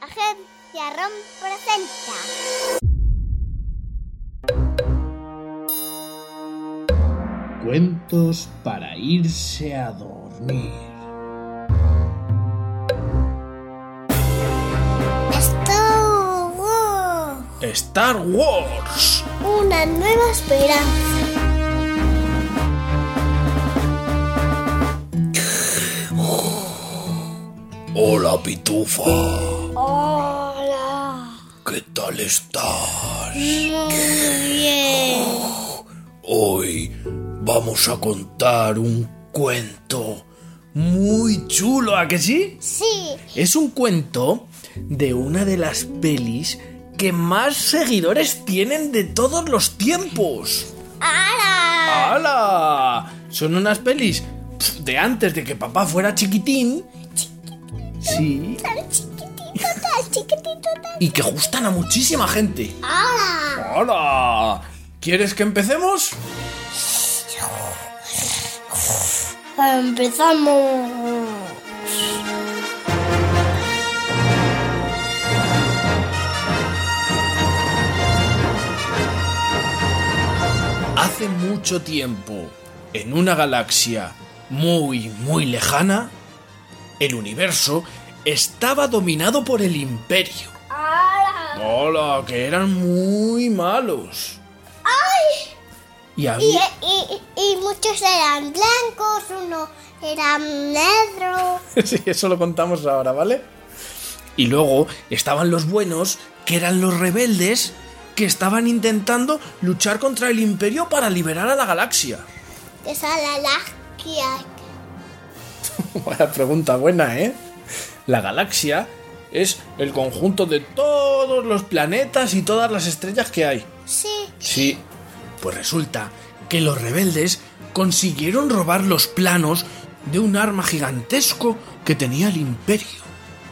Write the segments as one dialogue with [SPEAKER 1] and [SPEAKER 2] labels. [SPEAKER 1] Agencia ROM presenta.
[SPEAKER 2] Cuentos para irse a dormir.
[SPEAKER 1] Star Wars,
[SPEAKER 2] Star Wars.
[SPEAKER 1] una nueva esperanza.
[SPEAKER 2] Hola pitufa.
[SPEAKER 1] Hola.
[SPEAKER 2] ¿Qué tal estás?
[SPEAKER 1] Muy bien.
[SPEAKER 2] Hoy vamos a contar un cuento muy chulo, ¿a que sí?
[SPEAKER 1] Sí,
[SPEAKER 2] Es un cuento de una de las pelis que más seguidores tienen de todos los tiempos.
[SPEAKER 1] ahora.
[SPEAKER 2] ¡Hala! Son unas pelis pf, de antes de que papá fuera chiquitín. Sí.
[SPEAKER 1] Tan chiquitito, tan chiquitito, tan.
[SPEAKER 2] Y que gustan a muchísima gente.
[SPEAKER 1] Ahora.
[SPEAKER 2] ¡Hala! ¿Quieres que empecemos?
[SPEAKER 1] Empezamos.
[SPEAKER 2] Hace mucho tiempo, en una galaxia muy, muy lejana, el universo estaba dominado por el imperio.
[SPEAKER 1] Ahora.
[SPEAKER 2] ¡Hola! Que eran muy malos. ¡Ay! Y
[SPEAKER 1] Y,
[SPEAKER 2] había...
[SPEAKER 1] y, y muchos eran blancos, uno era negro.
[SPEAKER 2] Sí, eso lo contamos ahora, ¿vale? Y luego estaban los buenos, que eran los rebeldes, que estaban intentando luchar contra el imperio para liberar a la galaxia.
[SPEAKER 1] Esa la lasquia.
[SPEAKER 2] Buena pregunta, buena, ¿eh? La galaxia es el conjunto de todos los planetas y todas las estrellas que hay.
[SPEAKER 1] Sí.
[SPEAKER 2] Sí. Pues resulta que los rebeldes consiguieron robar los planos de un arma gigantesco que tenía el imperio.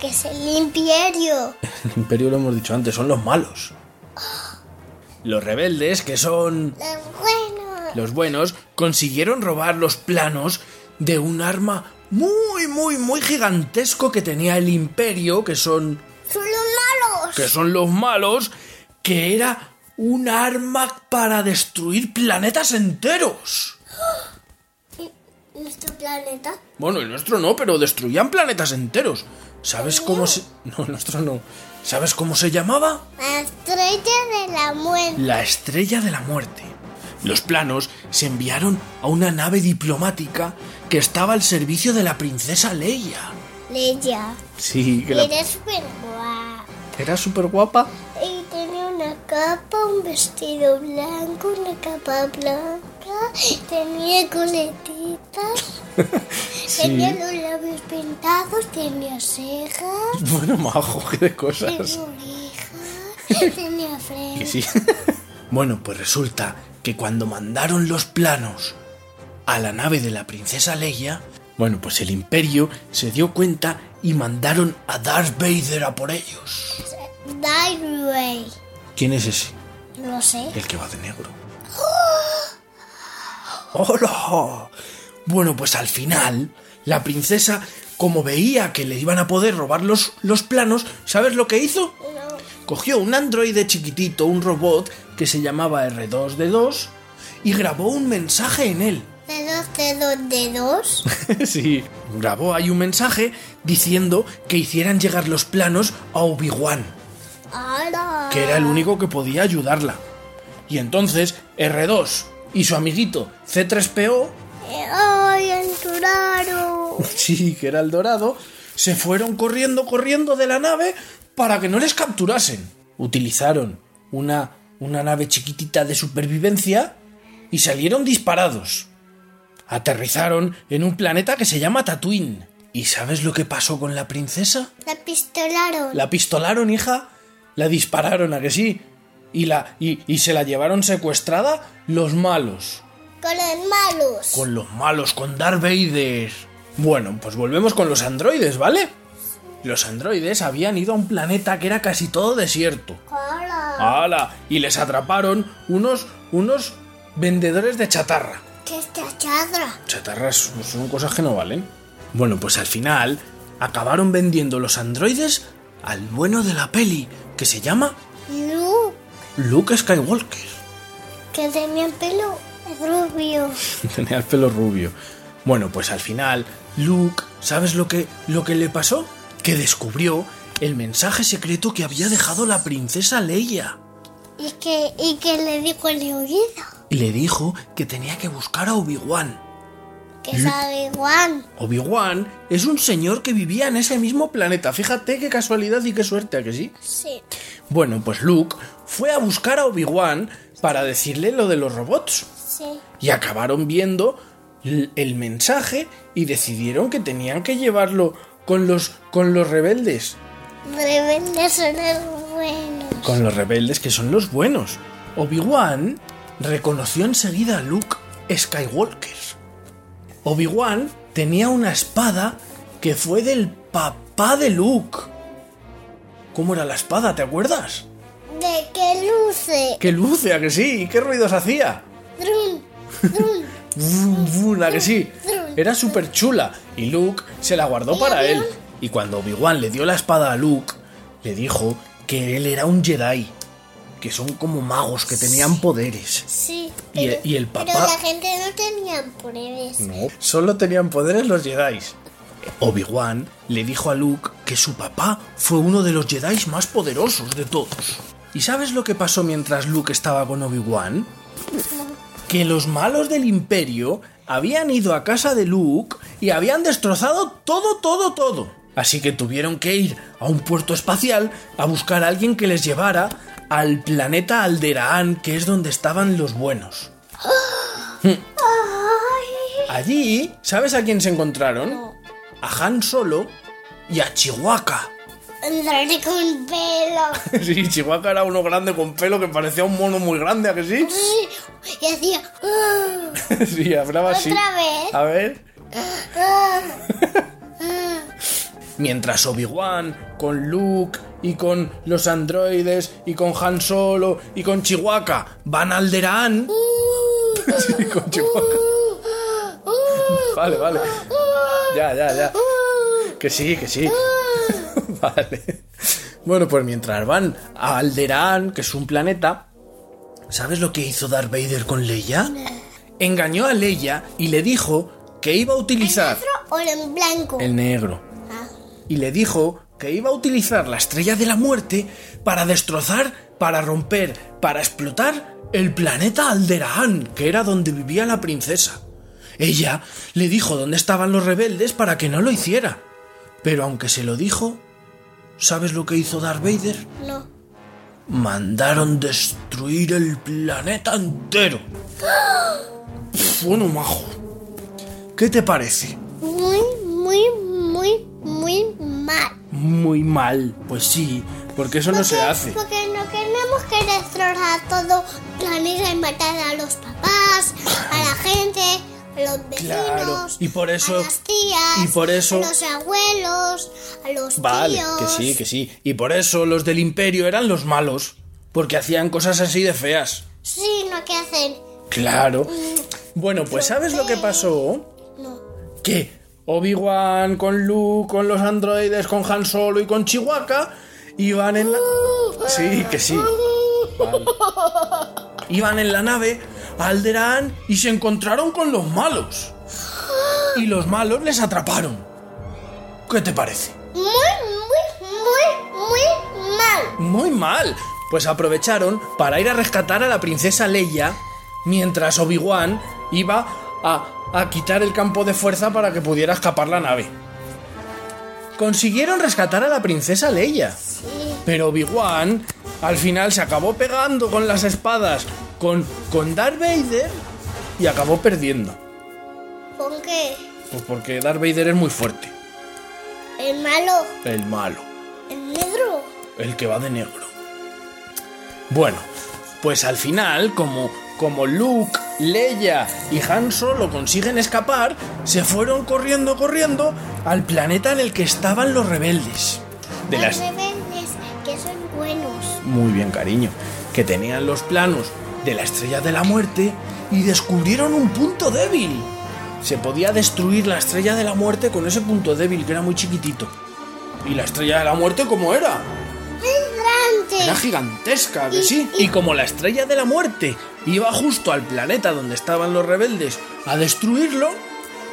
[SPEAKER 1] que es el imperio.
[SPEAKER 2] El imperio lo hemos dicho antes, son los malos. Los rebeldes, que son
[SPEAKER 1] Los buenos.
[SPEAKER 2] los buenos, consiguieron robar los planos de un arma muy, muy, muy gigantesco que tenía el imperio, que son,
[SPEAKER 1] Son los malos.
[SPEAKER 2] que son los malos, que era un arma para destruir planetas enteros.
[SPEAKER 1] Nuestro planeta.
[SPEAKER 2] Bueno, el nuestro no, pero destruían planetas enteros. ¿Sabes cómo se... No, el nuestro no. ¿Sabes cómo se llamaba?
[SPEAKER 1] La estrella de la muerte.
[SPEAKER 2] La estrella de la muerte. Los planos se enviaron a una nave diplomática que estaba al servicio de la princesa Leia.
[SPEAKER 1] Leia.
[SPEAKER 2] Sí, que
[SPEAKER 1] Era súper guapa.
[SPEAKER 2] era súper guapa.
[SPEAKER 1] Y tenía una capa, un vestido blanco, una capa blanca. Tenía coletitas. Tenía los labios pintados. Tenía cejas.
[SPEAKER 2] Bueno, majo, qué de cosas.
[SPEAKER 1] Tenía orejas. tenía frente.
[SPEAKER 2] bueno, pues resulta que cuando mandaron los planos a la nave de la princesa Leia, bueno, pues el imperio se dio cuenta y mandaron a Darth Vader a por ellos.
[SPEAKER 1] Dai
[SPEAKER 2] ¿Quién es ese?
[SPEAKER 1] No sé.
[SPEAKER 2] El que va de negro. ¡Hola! Bueno, pues al final, la princesa, como veía que le iban a poder robar los, los planos, ¿sabes lo que hizo?
[SPEAKER 1] No.
[SPEAKER 2] Cogió un androide chiquitito, un robot que se llamaba R2D2, y grabó un mensaje en él.
[SPEAKER 1] ¿De dos dedos de dos?
[SPEAKER 2] sí. Grabó ahí un mensaje diciendo que hicieran llegar los planos a Obi-Wan.
[SPEAKER 1] Ahora.
[SPEAKER 2] que era el único que podía ayudarla. Y entonces R2 y su amiguito C3PO,
[SPEAKER 1] ¡Ay, entraron!
[SPEAKER 2] sí, que era el dorado, se fueron corriendo, corriendo de la nave para que no les capturasen. Utilizaron una, una nave chiquitita de supervivencia y salieron disparados. Aterrizaron en un planeta que se llama Tatooine. ¿Y sabes lo que pasó con la princesa?
[SPEAKER 1] La pistolaron.
[SPEAKER 2] La pistolaron, hija. La dispararon, ¿a que sí? Y, la, y, y se la llevaron secuestrada los malos.
[SPEAKER 1] Con los malos.
[SPEAKER 2] Con los malos, con Darth Vader. Bueno, pues volvemos con los androides, ¿vale? Los androides habían ido a un planeta que era casi todo desierto.
[SPEAKER 1] Hola.
[SPEAKER 2] ¡Hala! Y les atraparon unos, unos vendedores de chatarra.
[SPEAKER 1] ¿Qué es esta chadra?
[SPEAKER 2] Chatarras son cosas que no valen. Bueno, pues al final acabaron vendiendo los androides al bueno de la peli, que se llama
[SPEAKER 1] Lu.
[SPEAKER 2] Luke Skywalker.
[SPEAKER 1] Que tenía el pelo rubio.
[SPEAKER 2] Tenía el pelo rubio. Bueno, pues al final, Luke, ¿sabes lo que, lo que le pasó? Que descubrió el mensaje secreto que había dejado la princesa Leia.
[SPEAKER 1] Y que, y que le dijo el oído.
[SPEAKER 2] Y le dijo que tenía que buscar a Obi-Wan.
[SPEAKER 1] Que sabe Juan.
[SPEAKER 2] Obi-Wan es un señor que vivía en ese mismo planeta. Fíjate qué casualidad y qué suerte, ¿a que sí?
[SPEAKER 1] Sí.
[SPEAKER 2] Bueno, pues Luke fue a buscar a Obi-Wan para decirle lo de los robots.
[SPEAKER 1] Sí.
[SPEAKER 2] Y acabaron viendo l- el mensaje y decidieron que tenían que llevarlo con los, con los rebeldes.
[SPEAKER 1] Rebeldes son los buenos.
[SPEAKER 2] Con los rebeldes que son los buenos. Obi-Wan reconoció enseguida a Luke Skywalker. Obi-Wan tenía una espada que fue del papá de Luke. ¿Cómo era la espada? ¿Te acuerdas?
[SPEAKER 1] ¿De qué luce?
[SPEAKER 2] ¡Qué luce, a que sí! ¿Qué ruidos hacía?
[SPEAKER 1] Drum, drum.
[SPEAKER 2] Vum, vum, ¿a que sí? Era súper chula y Luke se la guardó para él. Y cuando Obi-Wan le dio la espada a Luke, le dijo que él era un Jedi, que son como magos que tenían poderes.
[SPEAKER 1] Sí.
[SPEAKER 2] Y el-
[SPEAKER 1] pero-
[SPEAKER 2] y el papá-
[SPEAKER 1] Pero la gente no tenía poderes.
[SPEAKER 2] No, solo tenían poderes los Jedi. Obi-Wan le dijo a Luke que su papá fue uno de los Jedi más poderosos de todos. ¿Y sabes lo que pasó mientras Luke estaba con Obi-Wan? Que los malos del imperio habían ido a casa de Luke y habían destrozado todo, todo, todo. Así que tuvieron que ir a un puerto espacial a buscar a alguien que les llevara al planeta Alderaan, que es donde estaban los buenos. Allí, ¿sabes a quién se encontraron? A Han Solo y a Chihuahua.
[SPEAKER 1] Andrade con pelo.
[SPEAKER 2] Sí, Chihuahua era uno grande con pelo que parecía un mono muy grande, ¿a que sí?
[SPEAKER 1] Sí, Y hacía. "Ah,
[SPEAKER 2] Sí, hablaba así.
[SPEAKER 1] Otra vez.
[SPEAKER 2] A ver.
[SPEAKER 1] ah".
[SPEAKER 2] Mientras Obi-Wan, con Luke y con los androides y con Han Solo y con Chihuahua van al Deraan. Sí, con
[SPEAKER 1] Uh,
[SPEAKER 2] Chihuahua. Vale, vale. Ya, ya,
[SPEAKER 1] uh,
[SPEAKER 2] ya. Que sí, que sí. vale. Bueno, pues mientras van a Alderaan, que es un planeta, ¿sabes lo que hizo Darth Vader con Leia? Engañó a Leia y le dijo que iba a utilizar
[SPEAKER 1] O en blanco. Ah,
[SPEAKER 2] el negro. Y le dijo que iba a utilizar la estrella de la muerte para destrozar, para romper, para explotar el planeta Alderaan, que era donde vivía la princesa. Ella le dijo dónde estaban los rebeldes para que no lo hiciera. Pero aunque se lo dijo, ¿sabes lo que hizo Darth Vader?
[SPEAKER 1] No.
[SPEAKER 2] Mandaron destruir el planeta entero. Pf, Bueno, majo. ¿Qué te parece?
[SPEAKER 1] Muy, muy, muy, muy mal.
[SPEAKER 2] Muy mal. Pues sí, porque eso no se
[SPEAKER 1] Porque-
[SPEAKER 2] hace.
[SPEAKER 1] Porque no queremos que destrozar todo planeta y matar a los papás, a la gente, a los vecinos,
[SPEAKER 2] Claro, y por eso-
[SPEAKER 1] a las tías,
[SPEAKER 2] y por eso-
[SPEAKER 1] a los abuelos, a los
[SPEAKER 2] Vale,
[SPEAKER 1] tíos.
[SPEAKER 2] que sí, que sí. Y por eso los del imperio eran los malos, porque hacían cosas así de feas.
[SPEAKER 1] Sí, no qué hacen.
[SPEAKER 2] Claro. Bueno, pues ¿sabes lo que pasó? Que Obi-Wan con Luke, con los androides, con Han Solo y con Chihuahua iban en la... Sí, que sí. Vale. Iban en la nave a Alderaan y se encontraron con los malos. Y los malos les atraparon. ¿Qué te parece?
[SPEAKER 1] Muy, muy, muy, muy mal.
[SPEAKER 2] Muy mal. Pues aprovecharon para ir a rescatar a la princesa Leia mientras Obi-Wan iba a, a quitar el campo de fuerza para que pudiera escapar la nave. Consiguieron rescatar a la princesa Leia. Pero Obi-Wan al final se acabó pegando con las espadas con, con Darth Vader y acabó perdiendo.
[SPEAKER 1] ¿Con qué?
[SPEAKER 2] Pues porque Darth Vader es muy fuerte.
[SPEAKER 1] El malo,
[SPEAKER 2] El malo.
[SPEAKER 1] el negro.
[SPEAKER 2] El que va de negro. Bueno, pues al final, como, como Luke, Leia y Han Solo consiguen escapar, se fueron corriendo, corriendo al planeta en el que estaban los rebeldes. De
[SPEAKER 1] Los
[SPEAKER 2] las...
[SPEAKER 1] rebeldes que son buenos.
[SPEAKER 2] Muy bien, cariño. Que tenían los planos de la estrella de la muerte y descubrieron un punto débil. Se podía destruir la estrella de la muerte con ese punto débil que era muy chiquitito. ¿Y la estrella de la muerte cómo era?
[SPEAKER 1] ¡Grande!
[SPEAKER 2] Era gigantesca, ¿a que
[SPEAKER 1] Y-
[SPEAKER 2] sí.
[SPEAKER 1] y-
[SPEAKER 2] Y como la estrella de la muerte iba justo al planeta donde estaban los rebeldes a destruirlo,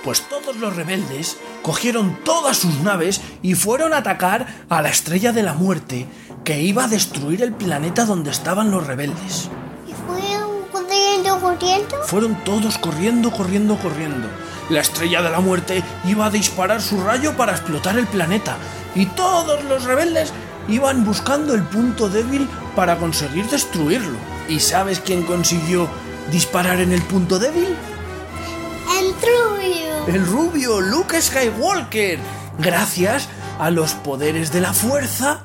[SPEAKER 2] pues todos los rebeldes cogieron todas sus naves y fueron a atacar a la estrella de la muerte que iba a destruir el planeta donde estaban los rebeldes.
[SPEAKER 1] Y fue un corriendo, corriendo.
[SPEAKER 2] Fueron todos corriendo, corriendo, corriendo. La estrella de la muerte iba a disparar su rayo para explotar el planeta. Y todos los rebeldes iban buscando el punto débil para conseguir destruirlo. ¿Y sabes quién consiguió disparar en el punto débil?
[SPEAKER 1] Entrullo.
[SPEAKER 2] El rubio Luke Skywalker. Gracias a los poderes de la fuerza,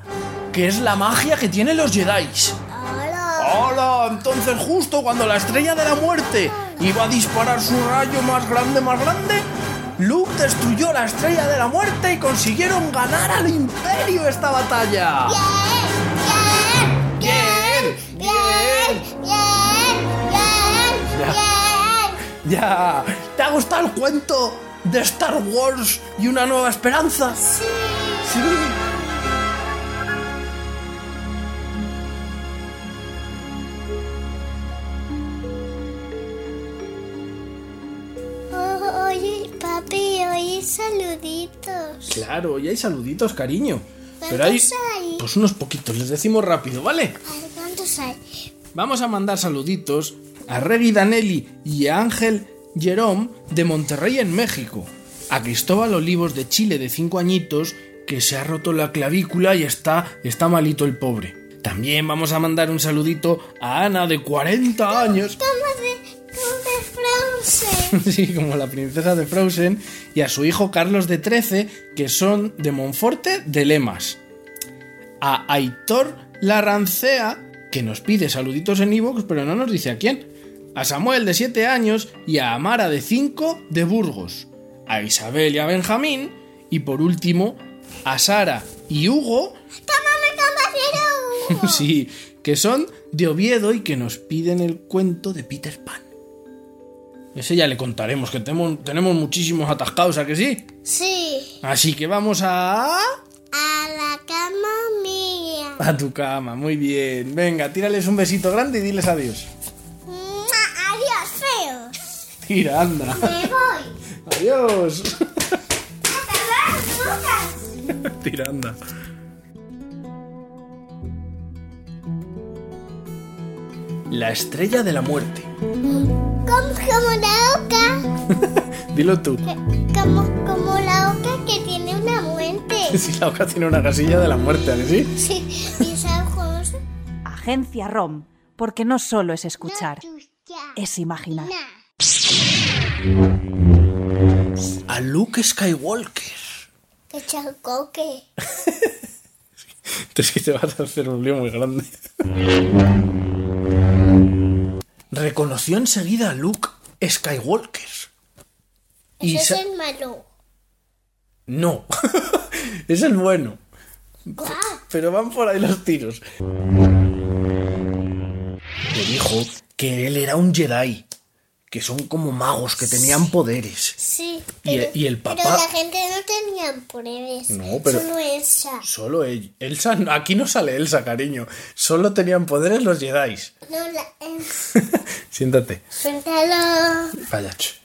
[SPEAKER 2] que es la magia que tienen los Jedi.
[SPEAKER 1] Ahora.
[SPEAKER 2] ¡Hola! Entonces justo cuando la estrella de la muerte iba a disparar su rayo más grande, más grande, Luke destruyó la estrella de la muerte y consiguieron ganar al imperio esta batalla.
[SPEAKER 1] Bien, bien, bien, bien, bien, bien,
[SPEAKER 2] Ya.
[SPEAKER 1] bien.
[SPEAKER 2] Ya, ¿te ha gustado el cuento de Star Wars y una nueva esperanza?
[SPEAKER 1] Sí.
[SPEAKER 2] Sí.
[SPEAKER 1] Oh, oye, papi, oye, saluditos.
[SPEAKER 2] Claro, y hay saluditos, cariño. Pero
[SPEAKER 1] ¿Cuántos
[SPEAKER 2] hay
[SPEAKER 1] hay?
[SPEAKER 2] pues unos poquitos, les decimos rápido, ¿vale?
[SPEAKER 1] A ver, ¿Cuántos hay?
[SPEAKER 2] Vamos a mandar saluditos a Reggie Danelli y a Ángel Jerome de Monterrey en México. A Cristóbal Olivos de Chile de 5 añitos que se ha roto la clavícula y está, está malito el pobre. También vamos a mandar un saludito a Ana de 40 años.
[SPEAKER 1] ¿Cómo de, cómo de Frozen?
[SPEAKER 2] Sí, como la princesa de Frozen. Y a su hijo Carlos de 13, que son de Monforte de Lemas. A Aitor Larrancea, que nos pide saluditos en Evox, pero no nos dice a quién. A Samuel de 7 años y a Amara de 5 de Burgos. A Isabel y a Benjamín. Y por último, a Sara y Hugo,
[SPEAKER 1] ¡Tómame, compañero! Hugo!
[SPEAKER 2] sí, que son de Oviedo y que nos piden el cuento de Peter Pan. Ese ya le contaremos, que tenemos, tenemos muchísimos atascados, ¿a que sí?
[SPEAKER 1] Sí.
[SPEAKER 2] Así que vamos a...
[SPEAKER 1] A la cama mía.
[SPEAKER 2] A tu cama, muy bien. Venga, tírales un besito grande y diles adiós.
[SPEAKER 1] ¡Mua! Adiós, feo.
[SPEAKER 2] Tira, anda.
[SPEAKER 1] Me voy.
[SPEAKER 2] Adiós.
[SPEAKER 1] Hasta luego, Lucas.
[SPEAKER 2] Tira, anda. La estrella de la muerte.
[SPEAKER 1] Como, como la oca.
[SPEAKER 2] Dilo tú.
[SPEAKER 1] Que- Como, como la oca que tiene una muerte.
[SPEAKER 2] Si la boca tiene una casilla de la muerte, ¿a que sí?
[SPEAKER 1] Sí, mis ojos.
[SPEAKER 3] Agencia ROM, porque no solo es escuchar, es imaginar.
[SPEAKER 2] a Luke Skywalker.
[SPEAKER 1] Que chacoque.
[SPEAKER 2] Es que te vas a hacer un lío muy grande. Reconoció enseguida a Luke Skywalker. Y
[SPEAKER 1] Ese
[SPEAKER 2] sa-
[SPEAKER 1] es el malo.
[SPEAKER 2] No, es el bueno.
[SPEAKER 1] ¡Guau!
[SPEAKER 2] Pero van por ahí los tiros. Le dijo que él era un Jedi. Que son como magos, que tenían poderes.
[SPEAKER 1] Sí.
[SPEAKER 2] Y-
[SPEAKER 1] pero-
[SPEAKER 2] y el papá-
[SPEAKER 1] Pero la gente no tenía pruebas.
[SPEAKER 2] No, pero-
[SPEAKER 1] Solo esa.
[SPEAKER 2] Solo él. Elsa, aquí no sale Elsa, cariño. Solo tenían poderes los Jedi.
[SPEAKER 1] No, la. eh,
[SPEAKER 2] Siéntate.
[SPEAKER 1] Suéltalo.
[SPEAKER 2] Vaya. ch.